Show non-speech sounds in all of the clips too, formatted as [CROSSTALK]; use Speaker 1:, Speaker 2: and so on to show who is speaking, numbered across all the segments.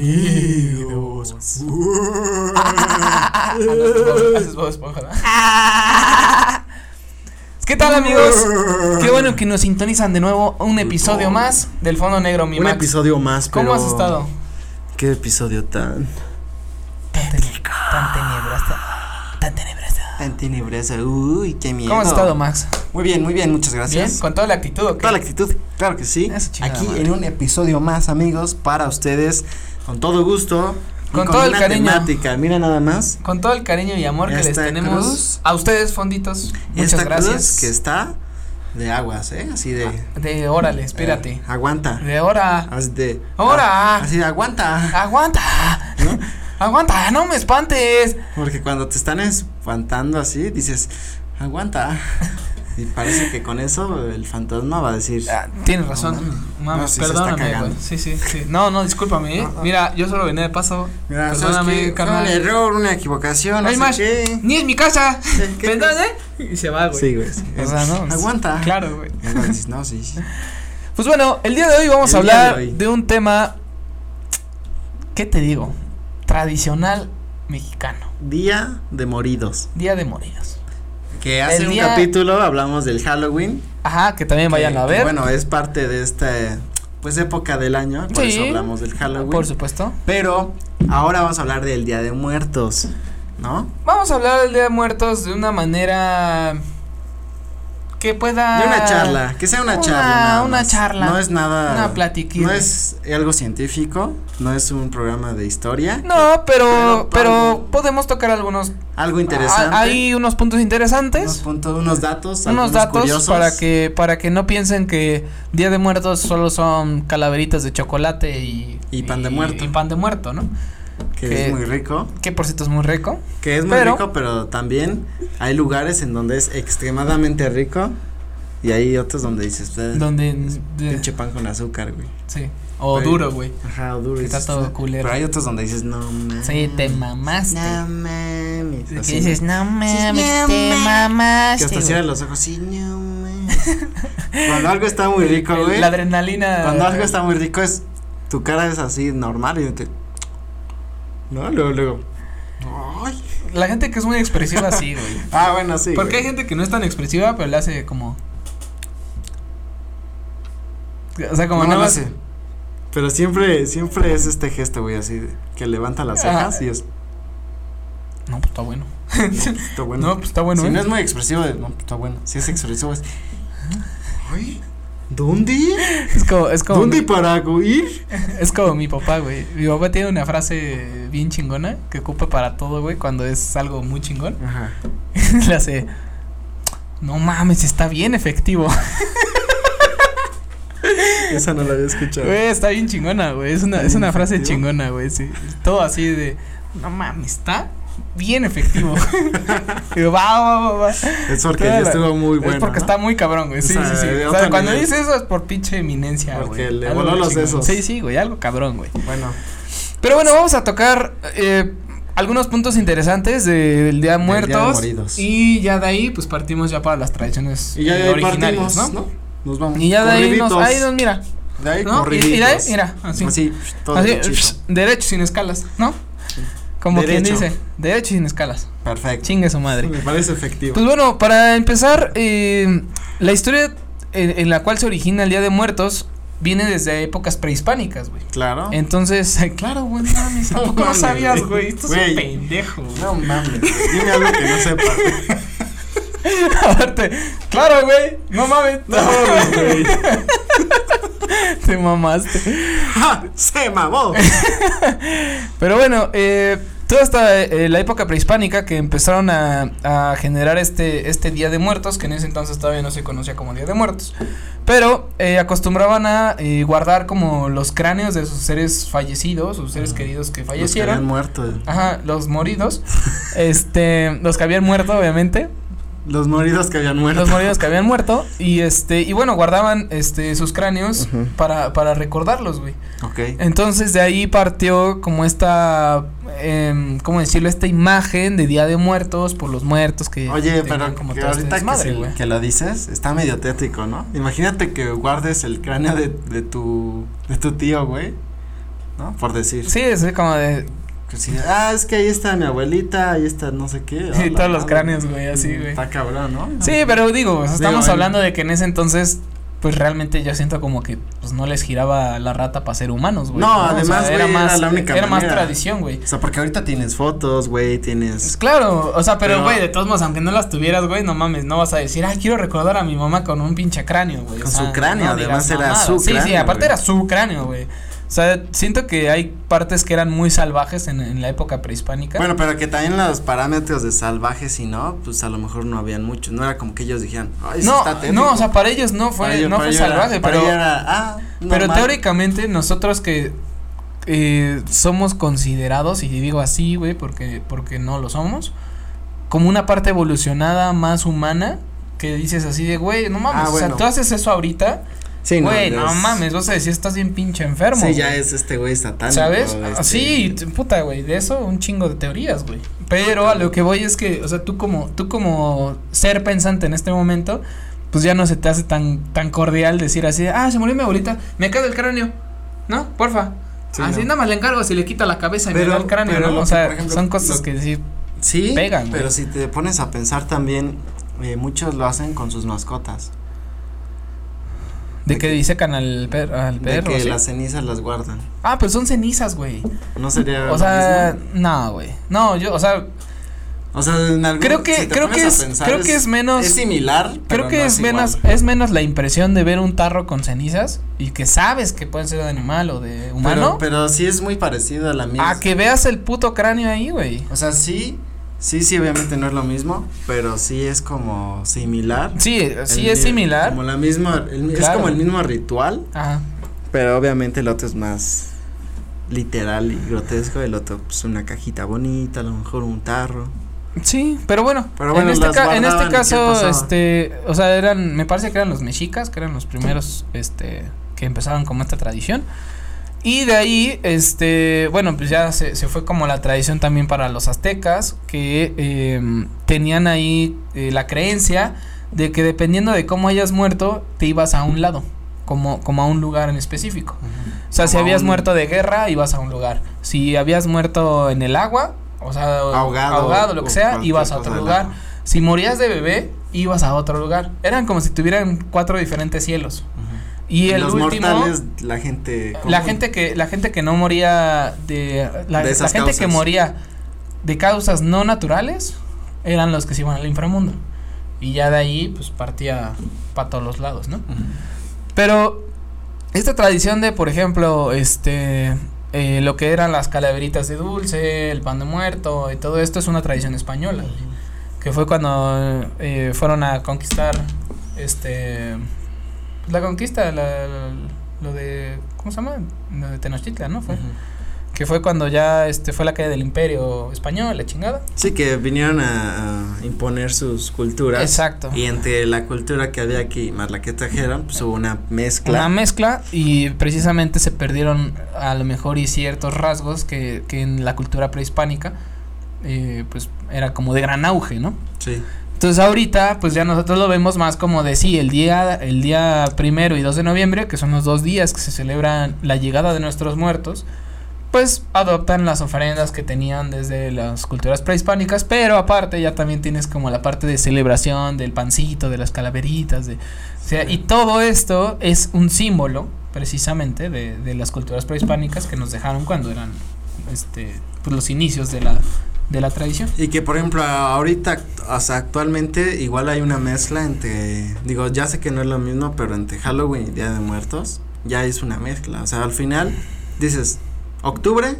Speaker 1: Bienvenidos.
Speaker 2: Haces Bob Esponja, ¿no? [LAUGHS] ¿Qué tal amigos? Qué bueno que nos sintonizan de nuevo a un episodio más del Fondo Negro, mi
Speaker 1: Un
Speaker 2: Max.
Speaker 1: episodio más, pero.
Speaker 2: ¿Cómo has estado?
Speaker 1: Qué episodio tan.
Speaker 2: Tan tene- tan tenebrasta. Tan tenebrasta.
Speaker 3: Tan tenebrosa, uy, qué miedo.
Speaker 2: ¿Cómo has estado, Max?
Speaker 3: Muy bien, muy bien, muchas gracias.
Speaker 2: ¿Bien? ¿Con toda la actitud o qué?
Speaker 3: Toda la actitud, claro que sí.
Speaker 2: Eso, chingada
Speaker 3: Aquí
Speaker 2: madre.
Speaker 3: en un episodio más, amigos, para ustedes, con todo gusto. y
Speaker 2: Con todo el
Speaker 3: una
Speaker 2: cariño.
Speaker 3: temática, mira nada más.
Speaker 2: Con todo el cariño y amor que les
Speaker 3: Esta
Speaker 2: tenemos
Speaker 3: cruz.
Speaker 2: a ustedes, fonditos. Muchas
Speaker 3: Esta cruz
Speaker 2: gracias.
Speaker 3: que está de aguas, ¿eh? Así de.
Speaker 2: De órale, espérate.
Speaker 3: eh, aguanta.
Speaker 2: De hora.
Speaker 3: Así de.
Speaker 2: Ahora.
Speaker 3: Así de aguanta.
Speaker 2: Aguanta.
Speaker 3: Ah. ¿no?
Speaker 2: Aguanta, no me espantes.
Speaker 3: Porque cuando te están espantando así, dices, aguanta. Y parece que con eso el fantasma va a decir.
Speaker 2: Ah, Tienes
Speaker 3: No
Speaker 2: razón.
Speaker 3: mames.
Speaker 2: Mames,
Speaker 3: No, sí se está
Speaker 2: perdóname, güey.
Speaker 3: cagando.
Speaker 2: Sí, sí, sí. No, no, discúlpame, ¿eh?
Speaker 3: Ajá.
Speaker 2: Mira, yo solo venía de paso.
Speaker 3: Mira, ¿sabes
Speaker 2: perdóname,
Speaker 3: qué? Fue un
Speaker 2: carnal.
Speaker 3: error, una equivocación, no
Speaker 2: Ay,
Speaker 3: sé
Speaker 2: más.
Speaker 3: qué.
Speaker 2: Ni es mi casa.
Speaker 3: ¿qué
Speaker 2: Perdón, ¿eh? Y se va, güey.
Speaker 3: Sí, güey. sí.
Speaker 2: O sea, no.
Speaker 3: Aguanta.
Speaker 2: Claro, güey.
Speaker 3: Y luego dices, no, sí, sí.
Speaker 2: Pues bueno, el día de hoy vamos
Speaker 3: El
Speaker 2: a
Speaker 3: día
Speaker 2: hablar
Speaker 3: de hoy.
Speaker 2: de un tema. ¿Qué te digo? Tradicional mexicano.
Speaker 3: Día de moridos.
Speaker 2: Día de moridos.
Speaker 3: Que hace
Speaker 2: El
Speaker 3: un
Speaker 2: día-
Speaker 3: capítulo hablamos del Halloween.
Speaker 2: Ajá, que también vayan
Speaker 3: que-
Speaker 2: a
Speaker 3: que,
Speaker 2: ver.
Speaker 3: Bueno, es parte de esta pues época del año, por
Speaker 2: Sí.
Speaker 3: eso hablamos del Halloween.
Speaker 2: por supuesto.
Speaker 3: Pero ahora vamos a hablar del Día de Muertos, ¿no?
Speaker 2: Vamos a hablar del Día de Muertos de una manera que pueda.
Speaker 3: De una charla, que sea una,
Speaker 2: Ah. Una-
Speaker 3: charla. nada
Speaker 2: una
Speaker 3: más.
Speaker 2: charla.
Speaker 3: No es nada.
Speaker 2: Una platiquilla.
Speaker 3: No es algo científico, no es un programa de historia.
Speaker 2: No, pero,
Speaker 3: Pero,
Speaker 2: pero,
Speaker 3: Pablo,
Speaker 2: podemos tocar algunos.
Speaker 3: Algo interesante.
Speaker 2: Ah, Hay unos puntos
Speaker 3: unos
Speaker 2: interesantes,
Speaker 3: puntos, unos datos,
Speaker 2: unos
Speaker 3: algunos
Speaker 2: datos
Speaker 3: curiosos.
Speaker 2: para que para que no piensen que Día de Muertos solo son calaveritas de chocolate y
Speaker 3: Y pan de muerto.
Speaker 2: y pan de muerto, ¿no?
Speaker 3: que,
Speaker 2: que-
Speaker 3: es muy rico,
Speaker 2: Que por cierto es muy rico.
Speaker 3: que es muy
Speaker 2: Pero-
Speaker 3: rico, pero también hay lugares en donde es extremadamente rico y hay otros donde dices, "Eh,
Speaker 2: Donde
Speaker 3: pinche pan con azúcar, güey.
Speaker 2: sí, o
Speaker 3: Güey.
Speaker 2: duro, güey.
Speaker 3: Ajá, duro.
Speaker 2: Que está
Speaker 3: dices,
Speaker 2: todo
Speaker 3: "Eh".
Speaker 2: culero.
Speaker 3: Pero hay otros donde dices, "No mames."
Speaker 2: Sí, te mamaste.
Speaker 3: No mames.
Speaker 2: Que
Speaker 3: Así,
Speaker 2: dices, no mames,
Speaker 3: no
Speaker 2: te
Speaker 3: mames". que
Speaker 2: mamaste.
Speaker 3: hasta
Speaker 2: güey.
Speaker 3: cierras los ojos, sí, no mames. Cuando algo está muy rico,
Speaker 2: El-
Speaker 3: güey.
Speaker 2: La adrenalina.
Speaker 3: Cuando algo está muy rico es tu cara es así normal y te No, luego luego. Ay.
Speaker 2: La gente que es muy expresiva así, güey.
Speaker 3: Ah, bueno, sí.
Speaker 2: Porque hay
Speaker 3: güey.
Speaker 2: gente que no es tan expresiva, pero le hace como. O sea, como
Speaker 3: no,
Speaker 2: nada
Speaker 3: lo
Speaker 2: más-
Speaker 3: sé. Pero siempre siempre es este gesto, güey, así de que levanta las
Speaker 2: Ajá.
Speaker 3: cejas y es
Speaker 2: No, pues está bueno.
Speaker 3: no, pues, está bueno.
Speaker 2: No, pues está bueno.
Speaker 3: si
Speaker 2: ¿eh?
Speaker 3: no es muy expresivo, de, no, pues, está bueno. Si es expresivo es Ay, ¿dónde?
Speaker 2: [LAUGHS] es como, es como,
Speaker 3: ¿Dónde
Speaker 2: mi,
Speaker 3: para ir?
Speaker 2: es como mi papá, güey. Mi papá tiene una frase bien chingona que ocupa para todo, güey, cuando es algo muy chingón. [LAUGHS]
Speaker 3: Ajá.
Speaker 2: le hace. No mames, está bien efectivo. [LAUGHS]
Speaker 3: Esa no la había escuchado.
Speaker 2: Güey, está bien chingona, güey. Es una,
Speaker 3: ¿Está
Speaker 2: es
Speaker 3: bien
Speaker 2: una frase
Speaker 3: efectivo?
Speaker 2: chingona, güey. Sí. Todo así de. No mames, está bien
Speaker 3: [LAUGHS]
Speaker 2: efectivo. Y yo, va, va, va, va.
Speaker 3: Es porque
Speaker 2: Toda
Speaker 3: ya
Speaker 2: la-
Speaker 3: estuvo muy bueno.
Speaker 2: es porque
Speaker 3: ¿no?
Speaker 2: está muy cabrón, güey. Sí,
Speaker 3: O sea,
Speaker 2: sí, sí.
Speaker 3: de
Speaker 2: O sea,
Speaker 3: otro
Speaker 2: cuando
Speaker 3: nivel.
Speaker 2: dice eso es por pinche eminencia, güey.
Speaker 3: Porque le
Speaker 2: Algo
Speaker 3: voló los
Speaker 2: chingón.
Speaker 3: sesos.
Speaker 2: Sí, sí, güey, algo cabrón, güey.
Speaker 3: Bueno,
Speaker 2: Pero bueno, vamos a tocar eh, algunos puntos interesantes de- del Día de
Speaker 3: Del Día de
Speaker 2: Muertos.
Speaker 3: Moridos.
Speaker 2: y ya de ahí, pues partimos ya para las tradiciones
Speaker 3: y ya de ahí
Speaker 2: originales,
Speaker 3: partimos, ¿no? Nos vamos.
Speaker 2: Y ya de ahí nos.
Speaker 3: Corriditos.
Speaker 2: Ahí nos mira.
Speaker 3: De
Speaker 2: ¿no? Y-
Speaker 3: ahí
Speaker 2: y de ahí,
Speaker 3: corriditos.
Speaker 2: mira, así.
Speaker 3: Así, todo
Speaker 2: Así, [LAUGHS]
Speaker 3: derechito.
Speaker 2: psh, derecho sin escalas, ¿no? Como
Speaker 3: Derecho.
Speaker 2: quien dice, derecho sin escalas.
Speaker 3: Perfecto.
Speaker 2: Chingue su madre.
Speaker 3: Me parece efectivo.
Speaker 2: Pues bueno, para empezar, eh, la historia en, en la cual se origina el Día de Muertos viene desde épocas prehispánicas, güey.
Speaker 3: claro.
Speaker 2: Entonces, [LAUGHS] claro, güey, no mames,
Speaker 3: [LAUGHS] No
Speaker 2: tampoco no
Speaker 3: mames,
Speaker 2: sabías,
Speaker 3: güey.
Speaker 2: güey. Esto es un
Speaker 3: Güey.
Speaker 2: pendejo, güey.
Speaker 3: No mames. Dime algo que no sepa.
Speaker 2: [LAUGHS] Aparte, claro, güey, no mames.
Speaker 3: No mames, güey.
Speaker 2: [LAUGHS] Te mamaste.
Speaker 3: ¡Ja! Ah, ¡Se mamó!
Speaker 2: Pero bueno, eh, toda esta, eh, la época prehispánica que empezaron a, a generar este, este Día de Muertos, que en ese entonces todavía no se conocía como Día de Muertos, pero eh, acostumbraban a eh, guardar como los cráneos de sus seres fallecidos, sus seres queridos que
Speaker 3: Los que habían
Speaker 2: fallecieron.
Speaker 3: muerto.
Speaker 2: Ajá, los moridos, [LAUGHS] este, los que habían muerto, obviamente,
Speaker 3: Los moridos que habían muerto.
Speaker 2: los moridos que habían muerto, y este, y bueno, guardaban, este, sus cráneos
Speaker 3: Ujú.
Speaker 2: para, para recordarlos, güey. Eh,
Speaker 3: Ok.
Speaker 2: Entonces de ahí partió como esta, em, ¿cómo decirlo? Esta imagen de Día de Muertos por los muertos que...
Speaker 3: Oye,
Speaker 2: tenían
Speaker 3: pero que
Speaker 2: todo este
Speaker 3: ahorita que,
Speaker 2: desmadre,
Speaker 3: se-
Speaker 2: güey.
Speaker 3: que lo dices, está medio tétrico, ¿no? Imagínate que guardes el cráneo de, de tu de tu tío, güey. ¿no? Por decir.
Speaker 2: Sí, es como de.
Speaker 3: Que sí, ah, es que ahí está mi abuelita, ahí está no
Speaker 2: [LAUGHS]
Speaker 3: sé qué.
Speaker 2: Sí,
Speaker 3: ah, la
Speaker 2: todos los
Speaker 3: madre. Mm,
Speaker 2: cráneos, güey, así, güey.
Speaker 3: Está cabrón, ¿no?
Speaker 2: Sí, pero digo, o sea,
Speaker 3: Digo,
Speaker 2: estamos
Speaker 3: ahí-
Speaker 2: hablando de que en ese entonces, pues realmente yo siento como que pues, no les giraba la rata para ser humanos, güey.
Speaker 3: No, además, güey, era la única
Speaker 2: Era más
Speaker 3: manera.
Speaker 2: tradición, güey.
Speaker 3: O sea, porque ahorita tienes fotos, güey,
Speaker 2: Pues
Speaker 3: tienes.
Speaker 2: claro, o sea, pero
Speaker 3: Pero-
Speaker 2: güey, de todos modos, aunque no las tuvieras, güey, no mames, no vas a decir, ay, quiero recordar a mi mamá con un pinche cráneo, güey. o
Speaker 3: Con
Speaker 2: sea,
Speaker 3: su cráneo,
Speaker 2: no digas
Speaker 3: además era
Speaker 2: mamadas.
Speaker 3: su
Speaker 2: Sí, sí,
Speaker 3: cráneo,
Speaker 2: aparte
Speaker 3: güey.
Speaker 2: era su cráneo, güey. O sea, siento que hay partes que eran muy salvajes en, en la época prehispánica.
Speaker 3: Bueno, pero que también los parámetros de salvajes y no, pues a lo mejor no habían muchos. No era como que ellos dijeran, ay, eso
Speaker 2: no,
Speaker 3: está tétrico".
Speaker 2: no, o sea, para ellos no fue,
Speaker 3: Para ello-
Speaker 2: no
Speaker 3: para
Speaker 2: fue
Speaker 3: ello era-
Speaker 2: salvaje,
Speaker 3: para
Speaker 2: pero,
Speaker 3: ello era, ah,
Speaker 2: pero
Speaker 3: normal.
Speaker 2: teóricamente nosotros que eh, somos considerados, y digo así, güey, porque, porque no lo somos, como una parte evolucionada más humana, que dices así de, güey, no mames,
Speaker 3: Ah,
Speaker 2: o sea,
Speaker 3: bueno.
Speaker 2: tú haces eso ahorita,
Speaker 3: Sí,
Speaker 2: güey, no,
Speaker 3: ya es-
Speaker 2: mames, vas a decir, estás bien pinche enfermo.
Speaker 3: Sí, ya
Speaker 2: güey".
Speaker 3: es este güey satánico.
Speaker 2: ¿Sabes? Ah,
Speaker 3: este-
Speaker 2: Sí, t- puta, güey, de eso un chingo de teorías, güey. Pero a lo que voy es que, o sea, tú como, tú como ser pensante en este momento, pues ya no se te hace tan, tan cordial decir así, de, ah, se murió mi abuelita, me cae el cráneo, ¿no? Porfa.
Speaker 3: Sí,
Speaker 2: así
Speaker 3: no.
Speaker 2: nada más le encargo si le quita la cabeza y me
Speaker 3: Pero-
Speaker 2: da el cráneo,
Speaker 3: pero
Speaker 2: ¿no?
Speaker 3: lo
Speaker 2: O
Speaker 3: que,
Speaker 2: sea,
Speaker 3: por ejemplo,
Speaker 2: son cosas
Speaker 3: lo-
Speaker 2: que decir,
Speaker 3: Sí,
Speaker 2: Pegan, güey.
Speaker 3: pero si te pones a pensar también, eh, muchos lo hacen con sus mascotas.
Speaker 2: de
Speaker 3: de
Speaker 2: que
Speaker 3: que-
Speaker 2: disecan al, per- al
Speaker 3: de
Speaker 2: perro.
Speaker 3: que
Speaker 2: ¿sí?
Speaker 3: las cenizas las guardan.
Speaker 2: Ah, pero son cenizas, güey.
Speaker 3: No sería. lo
Speaker 2: O sea,
Speaker 3: mismo?
Speaker 2: no, güey. No, yo, o sea,
Speaker 3: O sea, en algún-
Speaker 2: creo que,
Speaker 3: si te
Speaker 2: creo
Speaker 3: pones
Speaker 2: que
Speaker 3: a
Speaker 2: es,
Speaker 3: pensar,
Speaker 2: creo que es menos.
Speaker 3: Es similar.
Speaker 2: Creo
Speaker 3: pero
Speaker 2: que
Speaker 3: no
Speaker 2: es,
Speaker 3: igual.
Speaker 2: menos, es menos la impresión de ver un tarro con cenizas y que sabes que pueden ser de animal o de humano Ah,
Speaker 3: Pero, pero sí es muy parecido a la misma.
Speaker 2: a que veas el puto cráneo ahí, güey.
Speaker 3: O sea, sí, sí, sí, obviamente no es lo mismo, pero sí es como similar.
Speaker 2: Sí, eh, sí
Speaker 3: El
Speaker 2: es
Speaker 3: mi-
Speaker 2: similar.
Speaker 3: Como la misma, el- es
Speaker 2: Claro.
Speaker 3: como el mismo ritual,
Speaker 2: Ajá.
Speaker 3: pero obviamente el otro es más literal y grotesco, el otro pues una cajita bonita, a lo mejor un tarro.
Speaker 2: Sí, pero bueno,
Speaker 3: Pero bueno,
Speaker 2: en, este
Speaker 3: las
Speaker 2: ca- en
Speaker 3: guardaban
Speaker 2: este
Speaker 3: y qué
Speaker 2: caso,
Speaker 3: pasaba.
Speaker 2: este, o sea, eran, me parece que eran los mexicas, que eran los primeros, este, que empezaron con esta tradición. Y de ahí, este, bueno, pues ya se, se fue como la tradición también para los aztecas, que em, tenían ahí eh, la creencia de que dependiendo de cómo hayas muerto, te ibas a un lado, como, como a un lugar en específico. O sea, si
Speaker 3: Como a
Speaker 2: habías
Speaker 3: un-
Speaker 2: muerto de guerra, ibas a un lugar. Si habías muerto en el agua, o sea,
Speaker 3: Ahogado.
Speaker 2: ahogado lo que
Speaker 3: o
Speaker 2: sea,
Speaker 3: cualquier
Speaker 2: ibas a
Speaker 3: cosa
Speaker 2: otro
Speaker 3: del
Speaker 2: lugar.
Speaker 3: agua.
Speaker 2: Si morías de bebé, ibas a otro lugar. Eran como si tuvieran cuatro diferentes cielos.
Speaker 3: Ujú.
Speaker 2: Y el
Speaker 3: los
Speaker 2: último,
Speaker 3: mortales, la gente.
Speaker 2: la
Speaker 3: común.
Speaker 2: gente que la gente que no moría de la,
Speaker 3: De
Speaker 2: la
Speaker 3: esas
Speaker 2: gente que
Speaker 3: causas.
Speaker 2: moría de causas no naturales eran los que se iban al inframundo. Y ya de ahí pues partía para todos los lados, ¿no?
Speaker 3: Ujú.
Speaker 2: Pero esta tradición de, por ejemplo, este eh, lo que eran las calaveritas de dulce, el pan de muerto y todo esto es una tradición española, que fue cuando eh, fueron a conquistar este la conquista, la- la- lo de ¿cómo se llama? Lo de Tenochtitlan, ¿no? Fue
Speaker 3: Ujú.
Speaker 2: que fue cuando ya este fue la caída del Imperio español, la chingada.
Speaker 3: Sí, que vinieron a, a imponer sus culturas.
Speaker 2: Exacto.
Speaker 3: Y entre la cultura que había aquí más la que trajeron, pues hubo una mezcla.
Speaker 2: una mezcla y precisamente se perdieron a lo mejor y ciertos rasgos que, que en la cultura prehispánica eh, pues era como de gran auge, ¿no?
Speaker 3: sí.
Speaker 2: Entonces ahorita pues ya nosotros lo vemos más como de sí, el día, el día primero y 2 de noviembre, que son los dos días que se celebran la llegada de nuestros muertos, pues adoptan las ofrendas que tenían desde las culturas prehispánicas, pero aparte ya también tienes como la parte de celebración del pancito, de las calaveritas, de, o sea, y todo esto es un símbolo precisamente de, de las culturas prehispánicas que nos dejaron cuando eran este, pues, los inicios de la, de la tradición.
Speaker 3: Y que por ejemplo ahorita, act- o sea, actualmente igual hay una mezcla entre, digo, ya sé que no es lo mismo, pero entre Halloween y Día de Muertos, ya es una mezcla. O sea, al final dices octubre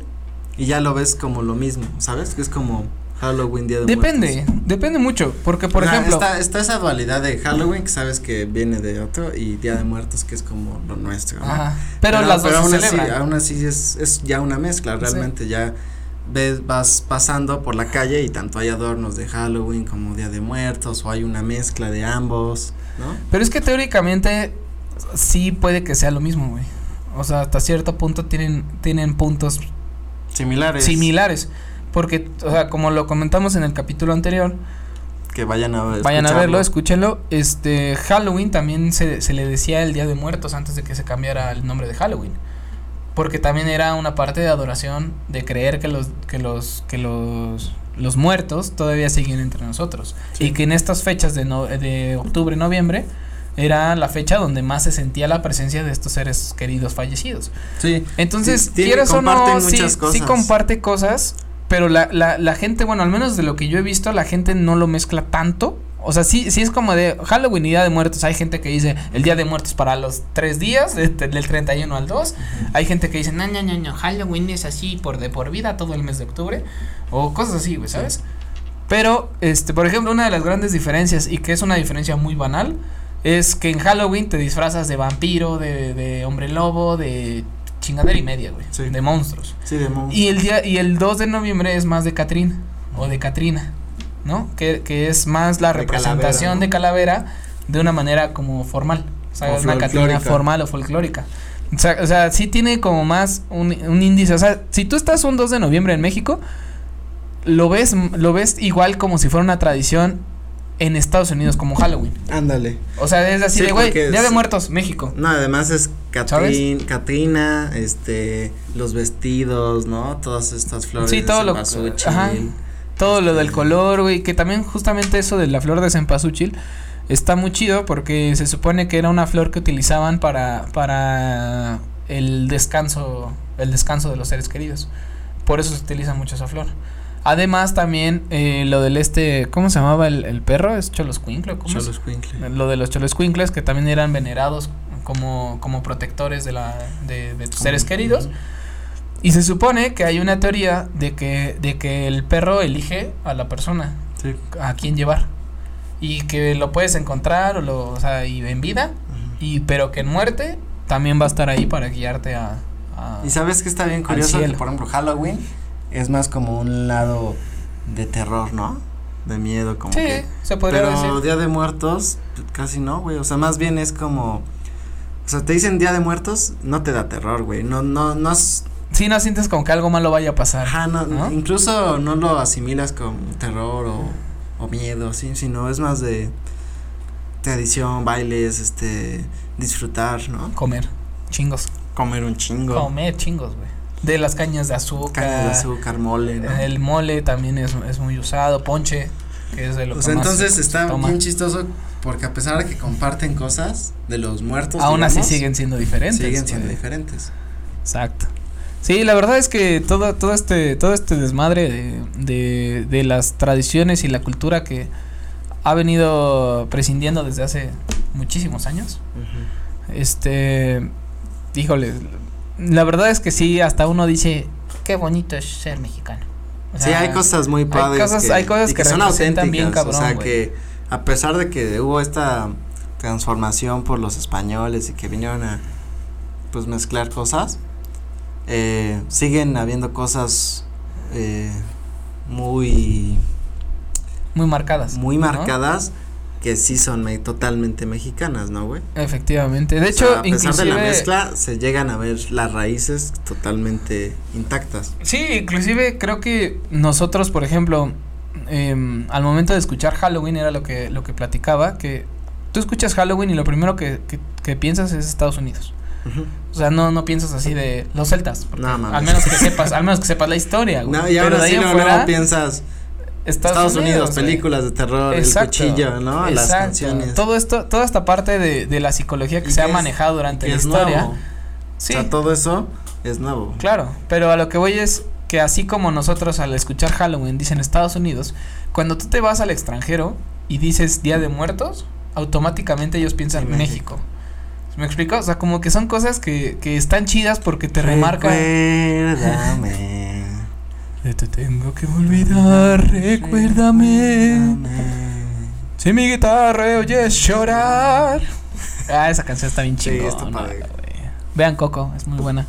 Speaker 3: y ya lo ves como lo mismo, ¿sabes? Que es como Halloween, Día de Muertos.
Speaker 2: Depende, depende mucho, porque por
Speaker 3: O sea,
Speaker 2: ejemplo,
Speaker 3: Está, está esa dualidad de Halloween que sabes que viene de otro y Día de Muertos que es como lo nuestro. ¿no?
Speaker 2: Ajá, pero, las dos
Speaker 3: aún
Speaker 2: se
Speaker 3: así,
Speaker 2: celebran.
Speaker 3: aún así es, es ya una mezcla, realmente ya ves, vas pasando por la calle y tanto hay adornos de Halloween como Día de Muertos o hay una mezcla de ambos, ¿no?
Speaker 2: Pero es que teóricamente sí puede que sea lo mismo, güey. O sea, hasta cierto punto tienen, tienen puntos
Speaker 3: Similares.
Speaker 2: similares. Porque, o sea, como lo comentamos en el capítulo anterior,
Speaker 3: Que vayan a ver.
Speaker 2: vayan a verlo, escúchenlo. Este, Halloween también se, se le decía el Día de Muertos antes de que se cambiara el nombre de Halloween. porque también era una parte de adoración de creer que los que los que los los muertos todavía siguen entre nosotros
Speaker 3: Sí.
Speaker 2: y que en estas fechas de no- de octubre noviembre era la fecha donde más se sentía la presencia de estos seres queridos fallecidos.
Speaker 3: Sí.
Speaker 2: Entonces,
Speaker 3: Sí, tiene-
Speaker 2: quieras o no,
Speaker 3: comparten
Speaker 2: sí,
Speaker 3: muchas
Speaker 2: sí
Speaker 3: cosas.
Speaker 2: comparte cosas, pero la, la, la gente, bueno, al menos de lo que yo he visto, la gente no lo mezcla tanto. O sea, sí, sí es como de Halloween y Día de Muertos. Hay gente que dice el Día de Muertos para los tres días, de- de- del 31 al 2. Hay gente que dice, no, no, no, no, Halloween es así por de por vida todo el mes de octubre. O cosas así, güey, ¿sabes? Pero, este, por ejemplo, una de las grandes diferencias, y que es una diferencia muy banal, es que en Halloween te disfrazas de vampiro, de, de hombre lobo, de chingadera y media, güey.
Speaker 3: Sí.
Speaker 2: De monstruos.
Speaker 3: Sí, de mon-
Speaker 2: Y el día, y el 2 de noviembre es más de Catrín, o de Catrina, ¿no? Que, que es más la
Speaker 3: De
Speaker 2: representación de calavera de una manera como formal. O sea,
Speaker 3: O
Speaker 2: una Catrina
Speaker 3: folclórica.
Speaker 2: formal o folclórica. O sea, o sea, sí tiene como más un, un índice. O sea, si tú estás un 2 de noviembre en México, lo ves, lo ves igual como si fuera una tradición en Estados Unidos, como Halloween.
Speaker 3: Ándale.
Speaker 2: O sea, es así
Speaker 3: Sí,
Speaker 2: de, güey,
Speaker 3: porque
Speaker 2: Día
Speaker 3: es-
Speaker 2: de Muertos, México.
Speaker 3: No, además es Catrín, Catrina, este, los vestidos, ¿no? Todas estas flores.
Speaker 2: Sí, todo
Speaker 3: de
Speaker 2: lo-
Speaker 3: cempasúchil.
Speaker 2: ajá. Todo lo del color, güey, que también justamente eso de la flor de cempasúchil está muy chido porque se supone que era una flor que utilizaban para para el descanso, el descanso de los seres queridos. Por eso se utiliza mucho esa flor. Además también eh, lo del este, ¿cómo se llamaba el, el perro? ¿Es Choloscuincle? o ¿Cómo es?
Speaker 3: Choloscuincle.
Speaker 2: Lo de los Choloscuincles que también eran venerados como como protectores de la de, de tus seres queridos. Y se supone que hay una teoría de que, de que el perro elige a la persona,
Speaker 3: Sí.
Speaker 2: a quién llevar. Y que lo puedes encontrar, o, lo, o sea, y en vida,
Speaker 3: Ajá.
Speaker 2: y, pero que en muerte también va a estar ahí para guiarte a... a-
Speaker 3: Y sabes que está bien
Speaker 2: Al
Speaker 3: curioso, que,
Speaker 2: cielo.
Speaker 3: por ejemplo, Halloween es más como un lado de terror, ¿no? De miedo, como
Speaker 2: sí,
Speaker 3: que.
Speaker 2: se podría
Speaker 3: Pero
Speaker 2: decir.
Speaker 3: Día de Muertos, casi no, güey. O sea, más bien es como. O sea, te dicen Día de Muertos, no te da terror, güey. No, no, no es.
Speaker 2: Si no sientes como que algo malo vaya a pasar.
Speaker 3: Ajá, no,
Speaker 2: ¿No?
Speaker 3: Incluso no lo asimilas con terror o, o miedo, sí, sino es más de tradición, bailes, este, disfrutar, ¿no?
Speaker 2: Comer, chingos.
Speaker 3: Comer un chingo.
Speaker 2: Comer, chingos, güey. De las cañas de azúcar.
Speaker 3: Caña de azúcar, mole, ¿no?
Speaker 2: El mole también es, es muy usado, ponche, que es de lo
Speaker 3: O
Speaker 2: que
Speaker 3: sea,
Speaker 2: más se-
Speaker 3: entonces
Speaker 2: se
Speaker 3: está
Speaker 2: toma.
Speaker 3: bien chistoso porque a pesar de que comparten cosas de los muertos,
Speaker 2: Aún así
Speaker 3: digamos,
Speaker 2: siguen siendo diferentes.
Speaker 3: siguen siendo
Speaker 2: güey.
Speaker 3: diferentes.
Speaker 2: Exacto. Sí, la verdad es que todo, todo este, todo este desmadre de, de, de las tradiciones y la cultura que ha venido prescindiendo desde hace muchísimos años. Este, híjole, la verdad es que sí, hasta uno dice, qué bonito es ser mexicano. O
Speaker 3: Sí,
Speaker 2: sea,
Speaker 3: hay cosas muy padres.
Speaker 2: cosas- Ah, hay cosas
Speaker 3: y
Speaker 2: que representan bien
Speaker 3: auténticas, O sea,
Speaker 2: cabrón,
Speaker 3: que a pesar de que hubo esta transformación por los españoles y que vinieron a pues mezclar cosas, eh, siguen habiendo cosas eh, muy
Speaker 2: Muy marcadas.
Speaker 3: muy
Speaker 2: ¿no?
Speaker 3: marcadas que sí son me- totalmente mexicanas, ¿no, güey?
Speaker 2: Efectivamente. De
Speaker 3: O
Speaker 2: hecho,
Speaker 3: sea, a pesar
Speaker 2: inclusive...
Speaker 3: de la mezcla, se llegan a ver las raíces totalmente intactas.
Speaker 2: Sí, inclusive creo que nosotros, por ejemplo, em, al momento de escuchar Halloween era lo que, lo que platicaba, que tú escuchas Halloween y lo primero que, que, que piensas es Estados Unidos. O sea, no, no piensas así de los celtas, porque
Speaker 3: No, mames.
Speaker 2: al menos que sepas, al menos que sepas la historia, güey.
Speaker 3: [LAUGHS] No, y
Speaker 2: Pero
Speaker 3: ahora
Speaker 2: de ahí
Speaker 3: sí
Speaker 2: en
Speaker 3: luego,
Speaker 2: fuera,
Speaker 3: luego piensas
Speaker 2: Estados,
Speaker 3: Estados Unidos,
Speaker 2: güey.
Speaker 3: películas de terror,
Speaker 2: Exacto,
Speaker 3: el cuchillo, ¿no? Las
Speaker 2: exacto.
Speaker 3: canciones.
Speaker 2: Todo esto, toda esta parte de, de la psicología
Speaker 3: Y
Speaker 2: que se ha
Speaker 3: es-
Speaker 2: manejado durante
Speaker 3: que
Speaker 2: la
Speaker 3: es
Speaker 2: historia.
Speaker 3: nuevo.
Speaker 2: Sí.
Speaker 3: O sea, todo eso es nuevo.
Speaker 2: Claro, pero a lo que voy es que así como nosotros al escuchar Halloween dicen Estados Unidos, cuando tú te vas al extranjero y dices Día de Muertos, automáticamente ellos piensan
Speaker 3: Sí,
Speaker 2: México.
Speaker 3: México.
Speaker 2: ¿Me explico? O sea, como que son cosas que, que están chidas porque te remarcan.
Speaker 3: Recuérdame.
Speaker 2: De te tengo que olvidar, [LAUGHS] recuérdame. Si mi guitarra oyes llorar. Ah, esa canción está bien
Speaker 3: Sí,
Speaker 2: chingona.
Speaker 3: está padre.
Speaker 2: güey. Vean Coco, es muy buena.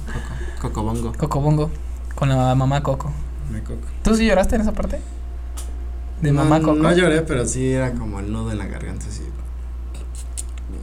Speaker 3: Cocobongo.
Speaker 2: Coco Bongo con la mamá Coco.
Speaker 3: Me coco.
Speaker 2: ¿Tú sí lloraste en esa parte? De
Speaker 3: No,
Speaker 2: mamá Coco.
Speaker 3: No lloré, pero sí era como el nudo en la garganta, así.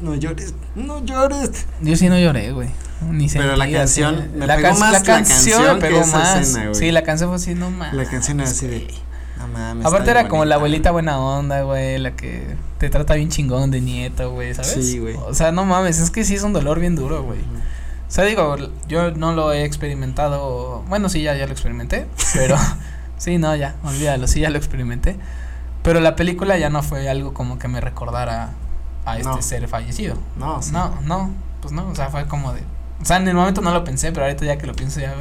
Speaker 3: No llores, no llores.
Speaker 2: Yo sí no lloré, güey. Ni
Speaker 3: Pero la
Speaker 2: sentí,
Speaker 3: canción,
Speaker 2: así.
Speaker 3: me pegó
Speaker 2: can-
Speaker 3: más la canción
Speaker 2: me
Speaker 3: que
Speaker 2: pegó
Speaker 3: esa
Speaker 2: más.
Speaker 3: escena, güey.
Speaker 2: sí, la canción fue así, no mames.
Speaker 3: La canción era así de,
Speaker 2: Ah, güey.
Speaker 3: No mames.
Speaker 2: Aparte
Speaker 3: está bien
Speaker 2: era como la abuelita
Speaker 3: bonita.
Speaker 2: buena onda, güey, la que te trata bien chingón de nieto, güey, ¿sabes?
Speaker 3: Sí, güey.
Speaker 2: O sea, no mames, es que sí es un dolor bien duro, güey. O sea, digo, yo no lo he experimentado. Bueno, sí, ya, ya lo
Speaker 3: [LAUGHS]
Speaker 2: experimenté. Pero. sí, no, ya, olvídalo. Sí, ya lo experimenté. Pero la película ya no fue algo como que me recordara a este
Speaker 3: No.
Speaker 2: ser fallecido.
Speaker 3: No, sí.
Speaker 2: No, no, pues no. O sea, fue como de. O sea, en el momento no lo pensé, pero ahorita ya que lo pienso ya. [LAUGHS]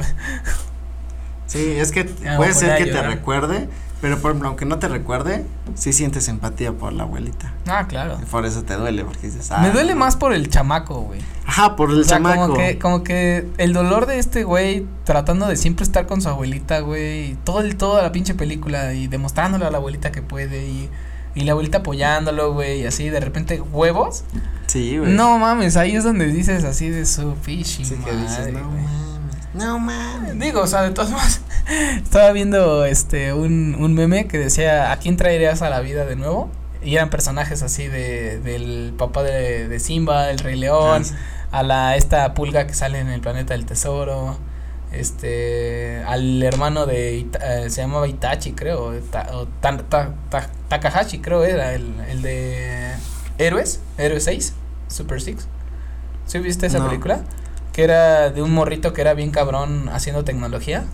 Speaker 3: Sí, es que
Speaker 2: Ya me
Speaker 3: puede
Speaker 2: voy a
Speaker 3: ser que te
Speaker 2: llorar.
Speaker 3: recuerde, pero por ejemplo, aunque no te recuerde, sí sientes empatía por la abuelita.
Speaker 2: Ah, claro.
Speaker 3: Y por eso te duele, porque dices, ah.
Speaker 2: Me duele más por el chamaco, güey.
Speaker 3: Ajá, por el
Speaker 2: O sea,
Speaker 3: chamaco.
Speaker 2: Como que, como que el dolor de este güey tratando de siempre estar con su abuelita, güey. y Todo el, toda la pinche película y demostrándole a la abuelita que puede y, y la abuelita apoyándolo, güey. Y así de repente huevos.
Speaker 3: Sí, güey.
Speaker 2: No mames, ahí es donde dices así de su pinche
Speaker 3: Sí, que
Speaker 2: madre,
Speaker 3: dices, no
Speaker 2: güey".
Speaker 3: mames. No mames.
Speaker 2: Digo, o sea, de todas formas, [LAUGHS] estaba viendo este un, un meme que decía, ¿a quién traerías a la vida de nuevo? Y eran personajes así de, del papá de, de Simba, el Rey León, a la esta pulga que sale en el planeta del tesoro este al hermano de Ita- eh, se llamaba Itachi creo Ta- o Tan- Ta- Ta- Takahashi creo era el, el de héroes héroes 6 Super 6 ¿sí viste esa
Speaker 3: No.
Speaker 2: película? que era de un morrito que era bien cabrón haciendo tecnología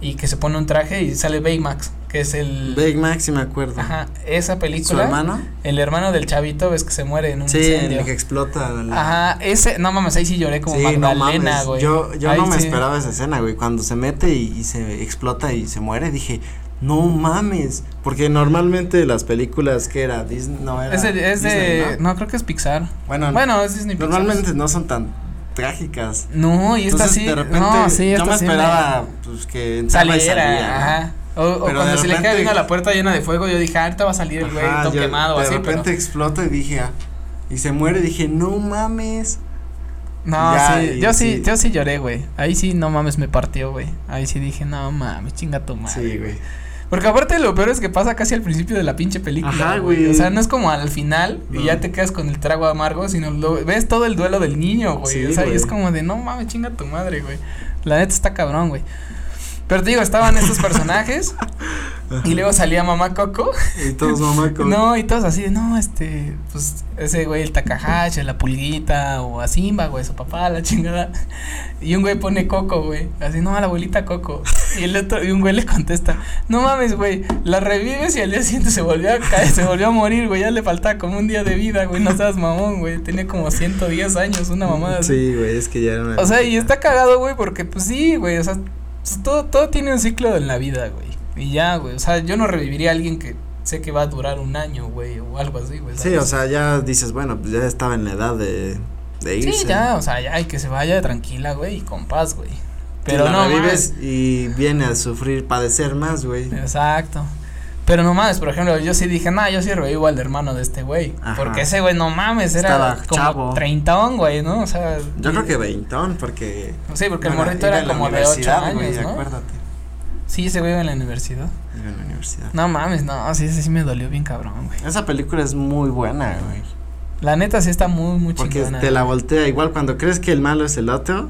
Speaker 2: y que se pone un traje y sale Baymax que es el
Speaker 3: Big Mac, sí me acuerdo.
Speaker 2: ajá esa
Speaker 3: ¿Su
Speaker 2: película
Speaker 3: hermano?
Speaker 2: el hermano del chavito ves que se muere en un
Speaker 3: Sí,
Speaker 2: incendio
Speaker 3: el que explota. la-
Speaker 2: Ajá, ese, no mames, ahí sí lloré como
Speaker 3: sí, no
Speaker 2: Magdalena,
Speaker 3: mames.
Speaker 2: güey.
Speaker 3: Yo, yo
Speaker 2: Ahí
Speaker 3: no me
Speaker 2: sí.
Speaker 3: esperaba esa escena, güey. Cuando se mete y, y se explota y se muere, dije, no mames. Porque normalmente las películas que era Disney, no era.
Speaker 2: Es de, es de-
Speaker 3: Disney, ¿no?
Speaker 2: ¿no? creo que es Pixar.
Speaker 3: Bueno,
Speaker 2: Bueno, es Disney Pixar.
Speaker 3: normalmente no son tan trágicas.
Speaker 2: No, y esta
Speaker 3: Entonces,
Speaker 2: sí.
Speaker 3: de repente,
Speaker 2: no, sí,
Speaker 3: yo
Speaker 2: esta
Speaker 3: me
Speaker 2: sí
Speaker 3: esperaba pues, que entraba y
Speaker 2: saliera,
Speaker 3: salía, ¿no?
Speaker 2: ajá. O, o
Speaker 3: Pero
Speaker 2: cuando
Speaker 3: de
Speaker 2: se le cae
Speaker 3: repente-
Speaker 2: viendo la puerta llena de fuego, yo dije, "Ah, ahorita va a salir el güey
Speaker 3: Ajá,
Speaker 2: todo
Speaker 3: yo
Speaker 2: quemado,
Speaker 3: de
Speaker 2: así, pero-
Speaker 3: repente explota y dije, ah, y se muere, dije, no mames.
Speaker 2: No,
Speaker 3: ya,
Speaker 2: sí,
Speaker 3: y
Speaker 2: yo sí,
Speaker 3: sí.
Speaker 2: yo sí lloré, güey. Ahí sí, no mames, me partió, güey. Ahí sí dije, no mames, chinga tu madre.
Speaker 3: Sí, güey.
Speaker 2: Porque aparte lo peor es que pasa casi al principio de la pinche película.
Speaker 3: Ajá, güey.
Speaker 2: O sea, no es como al final y
Speaker 3: No.
Speaker 2: ya te quedas con el trago amargo, sino lo- ves todo el duelo del niño, güey.
Speaker 3: Sí,
Speaker 2: o sea, y
Speaker 3: güey.
Speaker 2: es como de, no mames, chinga tu madre, güey. La neta está cabrón, güey. Pero te digo, estaban
Speaker 3: [LAUGHS]
Speaker 2: estos personajes y luego salía mamá Coco.
Speaker 3: Y todos mamá
Speaker 2: [LAUGHS]
Speaker 3: con.
Speaker 2: No, y todos así de, no, este, pues ese güey, el Takahashi, la pulguita, o a Simba, güey, su papá, la chingada. Y un güey pone Coco, güey, así, no, a la abuelita Coco. Y el otro, y un güey le contesta, no mames, güey, la revives y al día siguiente se volvió a caer, se volvió a morir, güey, ya le faltaba como un día de vida, güey, no seas mamón, güey, tenía como 110 años, una mamada así.
Speaker 3: Sí, güey, es que ya era una.
Speaker 2: O sea, y está cagado, güey, porque pues sí, güey, o sea, pues, todo, todo tiene un ciclo en la vida, güey. Y ya, güey, o sea, yo no reviviría a alguien que sé que va a durar un año, güey, o algo así, güey.
Speaker 3: Sí,
Speaker 2: ¿sabes?
Speaker 3: o sea, ya dices, bueno, pues ya estaba en la edad de, de irse.
Speaker 2: Sí, ya, o sea, ya, y que se vaya tranquila, güey, y con paz, güey. Pero
Speaker 3: la
Speaker 2: no
Speaker 3: revives y viene a sufrir, padecer más, güey.
Speaker 2: mames. Exacto. Pero no mames, por ejemplo, yo sí dije, nah, yo sí revivo al hermano de este güey.
Speaker 3: Ajá.
Speaker 2: Porque ese güey, no mames, era
Speaker 3: Estaba
Speaker 2: como
Speaker 3: chavo.
Speaker 2: treintón, güey, ¿no? O sea.
Speaker 3: Yo
Speaker 2: y- pues
Speaker 3: creo que veintón, porque.
Speaker 2: Sí, porque el
Speaker 3: bueno,
Speaker 2: morrito
Speaker 3: iba
Speaker 2: era
Speaker 3: a la
Speaker 2: como de ocho
Speaker 3: universidad,
Speaker 2: años,
Speaker 3: güey,
Speaker 2: ¿no?
Speaker 3: acuérdate.
Speaker 2: Sí, ese güey iba en la universidad.
Speaker 3: Iba en la universidad.
Speaker 2: No mames, no, sí, ese sí me dolió bien cabrón, güey.
Speaker 3: Esa película es muy buena, güey.
Speaker 2: La neta sí está muy, muy
Speaker 3: Porque
Speaker 2: chingona.
Speaker 3: te la voltea. Igual cuando crees que el malo es el otro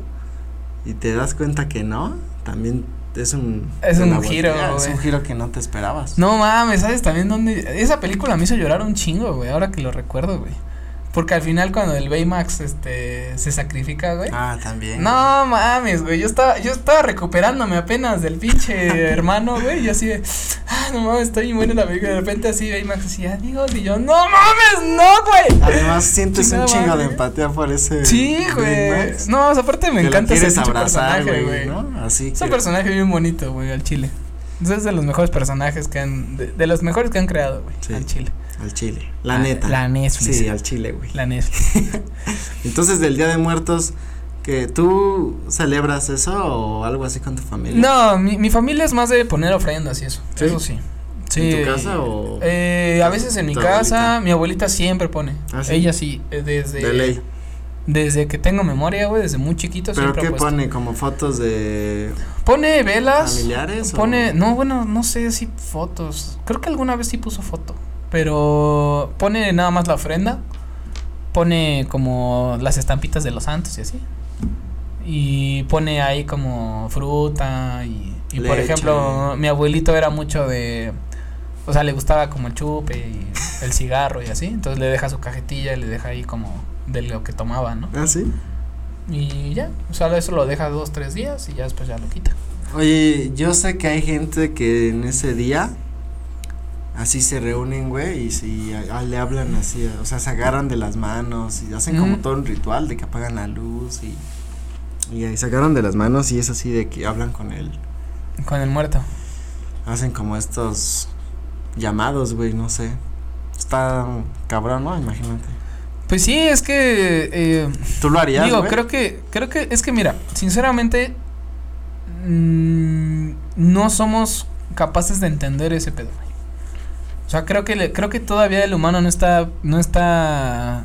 Speaker 3: y te das cuenta que no, también es un.
Speaker 2: Es
Speaker 3: te
Speaker 2: un
Speaker 3: la
Speaker 2: giro,
Speaker 3: voltea, Es
Speaker 2: güey.
Speaker 3: un giro que no te esperabas.
Speaker 2: No mames, ¿sabes también dónde? Esa película me hizo llorar un chingo, güey, ahora que lo recuerdo, güey. Porque al final cuando el Baymax, este, se sacrifica, güey.
Speaker 3: Ah, también.
Speaker 2: No mames, güey, yo estaba, yo estaba recuperándome apenas del
Speaker 3: [LAUGHS]
Speaker 2: pinche hermano, güey, y así de, ah, no mames, estoy muy buena la película, de repente así Baymax así, adiós, y yo, no mames, no, güey. [LAUGHS]
Speaker 3: Además, sientes
Speaker 2: Chingada
Speaker 3: un chingo
Speaker 2: madre.
Speaker 3: de empatía por ese.
Speaker 2: Sí,
Speaker 3: Big
Speaker 2: güey.
Speaker 3: Max.
Speaker 2: No, o sea, aparte me
Speaker 3: Que lo
Speaker 2: encanta ese
Speaker 3: quieres
Speaker 2: pinche
Speaker 3: abrazar,
Speaker 2: personaje, güey.
Speaker 3: güey, ¿no? Así
Speaker 2: Es
Speaker 3: que
Speaker 2: un personaje bien bonito, güey, al chile. Es de los mejores personajes que han. De, de los mejores que han creado, güey,
Speaker 3: Sí.
Speaker 2: al chile.
Speaker 3: al chile, la
Speaker 2: Ah,
Speaker 3: neta.
Speaker 2: La Netflix.
Speaker 3: sí, al chile, güey.
Speaker 2: La Netflix.
Speaker 3: Entonces, del Día de Muertos, que tú celebras eso o algo así con tu familia?
Speaker 2: No, mi, mi familia es más de poner ofrendas y eso.
Speaker 3: ¿Sí?
Speaker 2: Eso sí. Sí.
Speaker 3: ¿En tu casa o
Speaker 2: Eh, a veces en mi
Speaker 3: tu
Speaker 2: casa,
Speaker 3: abuelita?
Speaker 2: mi abuelita siempre pone.
Speaker 3: ¿Ah, sí?
Speaker 2: Ella sí, eh, desde.
Speaker 3: de ley?
Speaker 2: Desde que tengo memoria, güey, desde muy chiquito
Speaker 3: ¿Pero
Speaker 2: siempre ha
Speaker 3: qué
Speaker 2: puesto.
Speaker 3: pone? Ah, ¿Como fotos de
Speaker 2: Pone velas.
Speaker 3: familiares? o-
Speaker 2: Pone, no, bueno, no sé si fotos. Creo que alguna vez sí puso foto. Pero pone nada más la ofrenda. Pone como las estampitas de los santos y así. Y pone ahí como fruta. Y, y por
Speaker 3: Leche.
Speaker 2: ejemplo, mi abuelito era mucho de. O sea, le gustaba como el chupe y el cigarro y así. Entonces le deja su cajetilla y le deja ahí como de lo que tomaba, ¿no?
Speaker 3: ¿Ah, sí?
Speaker 2: Y ya, o sea, eso lo deja dos, tres días y ya después ya lo quita.
Speaker 3: Oye, yo sé que hay gente que en ese día así se reúnen, güey, y si a- a- le hablan así, o sea, se agarran de las manos y hacen como
Speaker 2: Ujú.
Speaker 3: todo un ritual de que apagan la luz y y ahí se agarran de las manos y es así de que hablan con él.
Speaker 2: Con el muerto.
Speaker 3: Hacen como estos llamados, güey, no sé. Está cabrón, ¿no? Imagínate.
Speaker 2: Pues sí, es que eh,
Speaker 3: ¿Tú lo harías,
Speaker 2: Digo,
Speaker 3: güey?
Speaker 2: creo que, creo que, es que mira, sinceramente, mm, no somos capaces de entender ese pedo. güey. O sea, creo que, le- creo que todavía el humano no está, no está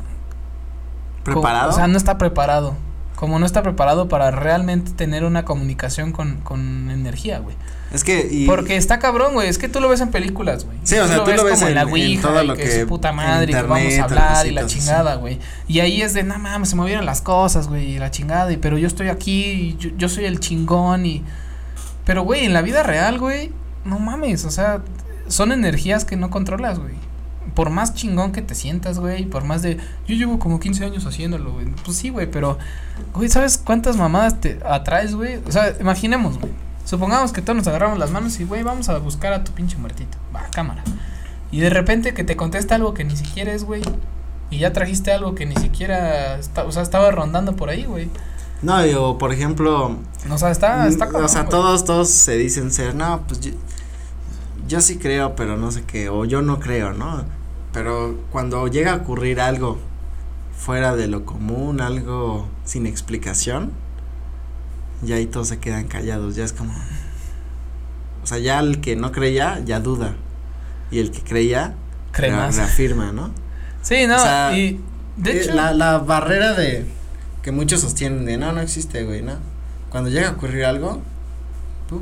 Speaker 2: co-
Speaker 3: ¿Preparado?
Speaker 2: O sea, no está preparado. Como no está preparado para realmente tener una comunicación con, con energía, güey.
Speaker 3: es que y-
Speaker 2: Porque está cabrón, güey. Es que tú lo ves en películas, güey.
Speaker 3: Sí, o sea, tú lo ves
Speaker 2: como
Speaker 3: en-
Speaker 2: la
Speaker 3: en
Speaker 2: Ouija,
Speaker 3: todo
Speaker 2: y
Speaker 3: lo
Speaker 2: su
Speaker 3: que-
Speaker 2: puta madre, y que vamos
Speaker 3: internet,
Speaker 2: a hablar y la
Speaker 3: cositas así.
Speaker 2: chingada, güey. Y ahí es de, no mames, se movieron las cosas, güey, y la chingada, y pero yo estoy aquí, y yo, yo soy el chingón, y. Pero, güey, en la vida real, güey, no mames, o sea, son energías que no controlas, güey. Por más chingón que te sientas, güey, por más de. Yo llevo como 15 años haciéndolo, güey. Pues sí, güey, pero. Güey, ¿sabes cuántas mamadas te atraes, güey? O sea, imaginemos, güey. Supongamos que todos nos agarramos las manos y, güey, vamos a buscar a tu pinche muertito. Va, cámara. Y de repente que te contesta algo que ni siquiera es, güey. Y ya trajiste algo que ni siquiera. esta- o sea, estaba rondando por ahí, güey.
Speaker 3: No, yo, por ejemplo,
Speaker 2: O sea, está. está
Speaker 3: Mm,
Speaker 2: cabrón,
Speaker 3: o sea,
Speaker 2: güey.
Speaker 3: todos, todos se dicen ser, no, pues yo, yo sí creo, pero no sé qué, o yo no creo, ¿no? Pero cuando llega a ocurrir algo fuera de lo común, algo sin explicación, ya ahí todos se quedan callados, ya es como... O sea, ya el que no creía, ya duda. Y el que creía, re-
Speaker 2: Cremas.
Speaker 3: reafirma, ¿no?
Speaker 2: Sí, no.
Speaker 3: o sea,
Speaker 2: y. De
Speaker 3: Eh,
Speaker 2: hecho.
Speaker 3: la, la barrera de que muchos sostienen de no, no existe, güey, no. Cuando llega a ocurrir algo, tú,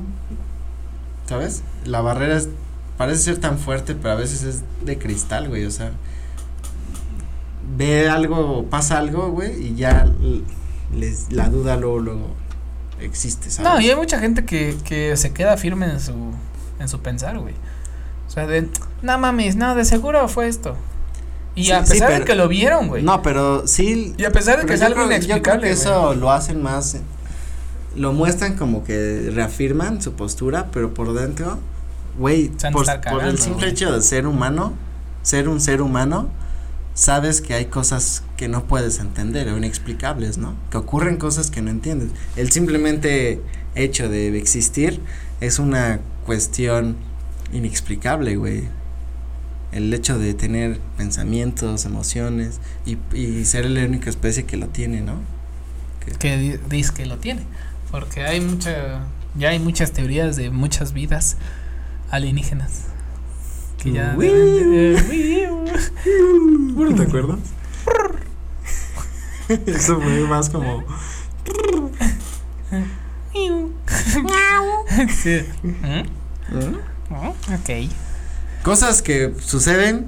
Speaker 3: ¿sabes? La barrera es- parece ser tan fuerte, pero a veces es de cristal, güey, o sea, ve algo, pasa algo, güey, y ya l- les, la duda luego, luego existe, ¿sabes?
Speaker 2: No, y hay mucha gente que, que se queda firme en su, en su pensar, güey. O sea, de, no mames, no, de seguro fue esto. Y
Speaker 3: Sí,
Speaker 2: a
Speaker 3: sí,
Speaker 2: pesar
Speaker 3: pero-
Speaker 2: de que lo vieron, güey.
Speaker 3: No, pero sí
Speaker 2: Y a pesar de
Speaker 3: Pero
Speaker 2: que es
Speaker 3: yo
Speaker 2: algo
Speaker 3: creo- yo creo
Speaker 2: inexplicable.
Speaker 3: que
Speaker 2: güey.
Speaker 3: eso lo hacen más. Lo muestran como que reafirman su postura, pero por dentro, güey,
Speaker 2: Se han de
Speaker 3: por,
Speaker 2: estar
Speaker 3: por el
Speaker 2: cagando,
Speaker 3: simple
Speaker 2: güey.
Speaker 3: hecho de ser humano, ser un ser humano, sabes que hay cosas que no puedes entender o inexplicables, ¿no? Que ocurren cosas que no entiendes. El simplemente hecho de existir es una cuestión inexplicable, güey. El hecho de tener pensamientos, emociones y, y ser la única especie que la tiene, ¿no?
Speaker 2: Que di- dice que lo tiene. Porque hay mucha. Ya hay muchas teorías de muchas vidas alienígenas. Que ya.
Speaker 3: Uy.
Speaker 2: ¿Te [LAUGHS]
Speaker 3: acuerdas? Eso fue más como.
Speaker 2: Sí. ¿Mm? ¿Mm? Ok.
Speaker 3: Cosas que suceden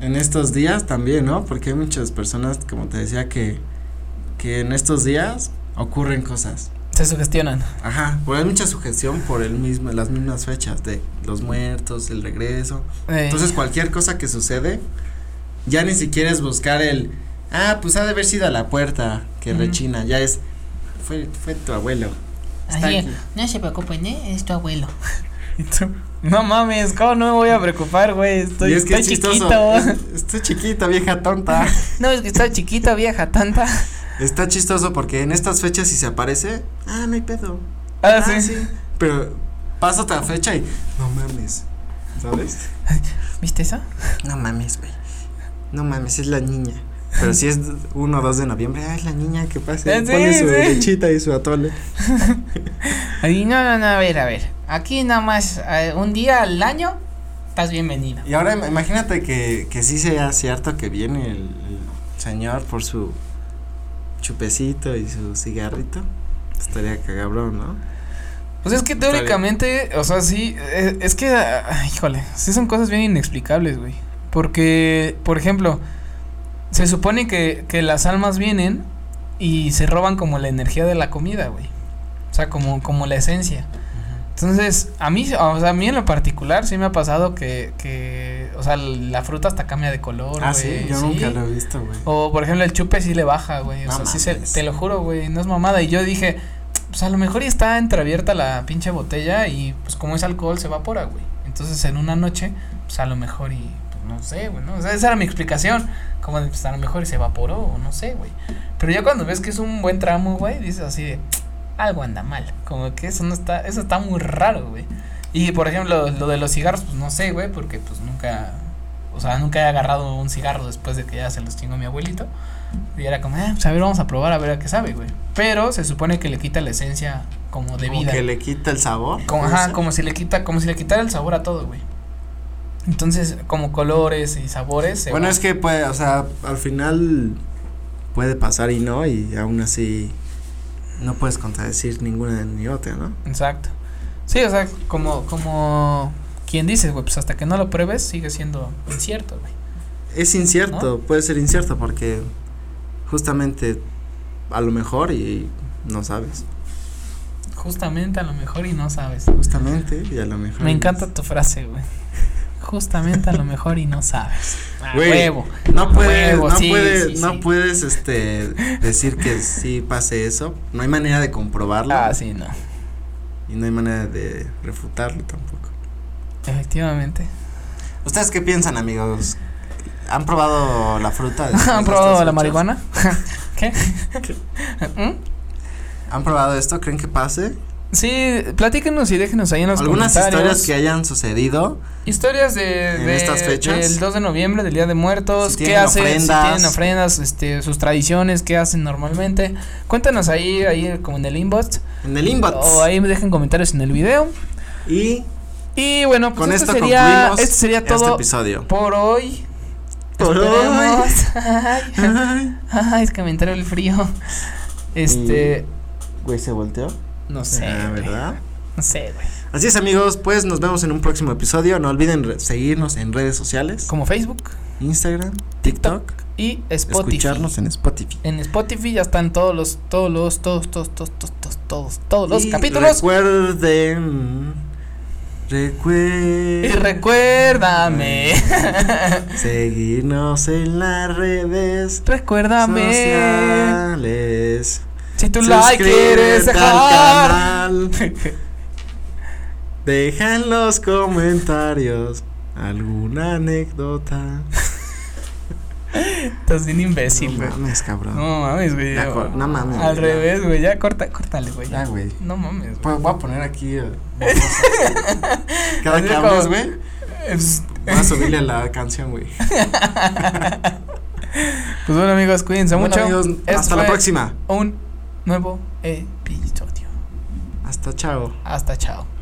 Speaker 3: en estos días también, ¿no? Porque hay muchas personas, como te decía, que, que en estos días ocurren cosas.
Speaker 2: Se sugestionan.
Speaker 3: Ajá, porque hay mucha sugestión por el mismo, las mismas fechas de los muertos, el regreso.
Speaker 2: Eh,
Speaker 3: Entonces cualquier cosa que sucede, ya ni siquiera es buscar el, ah, pues ha de haber sido a la puerta que
Speaker 2: Ujú.
Speaker 3: rechina, ya es, fue, fue tu abuelo. Está
Speaker 4: Así es.
Speaker 3: aquí.
Speaker 4: No se preocupen, ¿eh? Es tu abuelo.
Speaker 2: Y tú, No mames, ¿cómo no me voy a preocupar, güey? Estoy,
Speaker 3: Y es que
Speaker 2: estoy
Speaker 3: es chistoso.
Speaker 2: chiquito.
Speaker 3: es- [LAUGHS] Estoy chiquito, vieja tonta.
Speaker 2: No, es que estoy chiquito, vieja, tanta.
Speaker 3: Está chistoso porque en estas fechas si se aparece, ah, no hay pedo.
Speaker 2: Ah, sí.
Speaker 3: Pero pasa otra fecha y, no mames, ¿sabes?
Speaker 2: ¿Viste eso?
Speaker 3: No mames, güey. No mames, es la niña. Pero si es 1 o 2 de noviembre, ah, es la niña que pasa. y
Speaker 2: Sí,
Speaker 3: pone su
Speaker 2: sí.
Speaker 3: lechita y su atole.
Speaker 2: Ay, no, no, no, a ver, a ver. Aquí nada más eh, un día al año estás bienvenida.
Speaker 3: Y ahora im- imagínate que, que sí sea cierto que viene el, el señor por su chupecito y su cigarrito. Estaría cagabrón, ¿no?
Speaker 2: Pues es que
Speaker 3: Está bien.
Speaker 2: teóricamente, o sea, sí, eh, es que, ah, híjole, sí son cosas bien inexplicables, güey. Porque, por ejemplo, se supone que, que las almas vienen y se roban como la energía de la comida, güey. O sea, como, como la esencia. Entonces, a mí, o sea, a mí en lo particular sí me ha pasado que, que o sea, la fruta hasta cambia de color,
Speaker 3: ah,
Speaker 2: güey,
Speaker 3: sí, yo
Speaker 2: pues, sí.
Speaker 3: nunca lo he visto, güey.
Speaker 2: O por ejemplo, el chupe sí le baja, güey. O
Speaker 3: No
Speaker 2: sea, sí se,
Speaker 3: mames.
Speaker 2: te lo juro, güey, no es mamada. Y yo dije, pues a lo mejor y está entreabierta la pinche botella y pues como es alcohol se evapora, güey. Entonces en una noche, pues a lo mejor y pues, no sé, güey, ¿no? O sea, esa era mi explicación. Como de, pues a lo mejor y se evaporó o no sé, güey. Pero ya cuando ves que es un buen tramo, güey, dices así de, algo anda mal. Como que eso no está, eso está muy raro, güey. Y por ejemplo, lo de los cigarros, pues no sé, güey, porque pues nunca, o sea, nunca he agarrado un cigarro después de que ya se los chingó mi abuelito. Y era como, eh, pues a ver, vamos a probar a ver a qué sabe, güey. Pero se supone que le quita la esencia como de
Speaker 3: Como
Speaker 2: vida.
Speaker 3: que le quita el sabor.
Speaker 2: Como,
Speaker 3: puede
Speaker 2: ajá,
Speaker 3: ser.
Speaker 2: como si le quita, como si le quitara el sabor a todo, güey. Entonces, como colores y sabores. se
Speaker 3: Bueno,
Speaker 2: va-
Speaker 3: es que puede, o sea, al final puede pasar y no, y aún así no puedes contradecir ninguna ni otra, ¿no?
Speaker 2: Exacto. Sí, o sea, como, como quien dices, güey, pues hasta que no lo pruebes sigue siendo incierto, güey.
Speaker 3: Es incierto, puede ser incierto porque justamente a lo mejor y no sabes.
Speaker 2: Justamente a lo mejor y no sabes.
Speaker 3: Justamente y a lo mejor.
Speaker 2: Me
Speaker 3: y-
Speaker 2: encanta tu frase, güey. Justamente a lo mejor y no
Speaker 3: [LAUGHS]
Speaker 2: sabes. Ah,
Speaker 3: Güey,
Speaker 2: huevo.
Speaker 3: No puedes,
Speaker 2: Huevo,
Speaker 3: no
Speaker 2: sí,
Speaker 3: puedes,
Speaker 2: sí,
Speaker 3: no
Speaker 2: sí.
Speaker 3: puedes este decir que sí pase eso. No hay manera de comprobarlo
Speaker 2: Ah, sí, no.
Speaker 3: y no hay manera de refutarlo tampoco.
Speaker 2: Efectivamente.
Speaker 3: ¿Ustedes qué piensan, amigos? ¿Han probado la
Speaker 2: [LAUGHS]
Speaker 3: fruta? después de
Speaker 2: ¿Han
Speaker 3: estas
Speaker 2: probado la
Speaker 3: fechas?
Speaker 2: marihuana? [LAUGHS] ¿Qué? ¿Mm?
Speaker 3: ¿Han probado esto? ¿Creen que pase?
Speaker 2: Sí, platíquenos y déjenos ahí en los
Speaker 3: Algunas
Speaker 2: comentarios.
Speaker 3: historias que hayan sucedido.
Speaker 2: Historias de,
Speaker 3: en
Speaker 2: de-
Speaker 3: estas fechas.
Speaker 2: del 2 de noviembre, del Día de Muertos,
Speaker 3: Si
Speaker 2: qué
Speaker 3: tienen
Speaker 2: hacen,
Speaker 3: ofrendas.
Speaker 2: si tienen ofrendas, este, sus tradiciones, qué hacen normalmente. Cuéntanos ahí, ahí como en el inbox.
Speaker 3: En el inbox.
Speaker 2: O ahí me dejen comentarios en el video.
Speaker 3: Y
Speaker 2: Y bueno, pues
Speaker 3: con
Speaker 2: esto,
Speaker 3: esto
Speaker 2: sería,
Speaker 3: concluimos
Speaker 2: esto sería
Speaker 3: este
Speaker 2: todo
Speaker 3: episodio.
Speaker 2: por hoy.
Speaker 3: Por hoy.
Speaker 2: Esperemos-
Speaker 3: [LAUGHS]
Speaker 2: Ay,
Speaker 3: Ay.
Speaker 2: ay, es que me entró el frío. Este,
Speaker 3: Güey, se volteó.
Speaker 2: no sé,
Speaker 3: Ah,
Speaker 2: güey,
Speaker 3: ¿verdad?
Speaker 2: no sé, güey.
Speaker 3: Así es, amigos. Pues nos vemos en un próximo episodio. No olviden re- seguirnos en redes sociales:
Speaker 2: Como Facebook
Speaker 3: Instagram, TikTok,
Speaker 2: y Spotify.
Speaker 3: escucharnos en Spotify.
Speaker 2: En Spotify ya están todos los, todos los, todos, todos, todos, todos, todos, todos, todos los
Speaker 3: Y
Speaker 2: capítulos. y
Speaker 3: Recuerden. Recuerden.
Speaker 2: recuérdame,
Speaker 3: [LAUGHS] Seguirnos en las redes
Speaker 2: recuérdame.
Speaker 3: sociales.
Speaker 2: Si tú la quieres
Speaker 3: Suscríbete al
Speaker 2: dejar.
Speaker 3: canal. Deja en los comentarios alguna anécdota.
Speaker 2: Estás bien imbécil,
Speaker 3: no
Speaker 2: güey.
Speaker 3: mames, cabrón.
Speaker 2: No mames, güey.
Speaker 3: Ya
Speaker 2: ya,
Speaker 3: cor- no mames,
Speaker 2: Al
Speaker 3: ya.
Speaker 2: revés, güey. Ya corta, córtale, güey.
Speaker 3: Ya, güey.
Speaker 2: No mames, güey.
Speaker 3: Pues voy a poner aquí. eh, [LAUGHS] Cada
Speaker 2: Así
Speaker 3: que
Speaker 2: como-
Speaker 3: hables, güey,
Speaker 2: Eh, pues,
Speaker 3: voy a subirle la canción, güey.
Speaker 2: Pues bueno, amigos, cuídense
Speaker 3: Bueno,
Speaker 2: mucho.
Speaker 3: amigos,
Speaker 2: Esto
Speaker 3: hasta la
Speaker 2: fue
Speaker 3: próxima.
Speaker 2: Un nuevo episodio.
Speaker 3: Hasta chao.
Speaker 2: Hasta chao.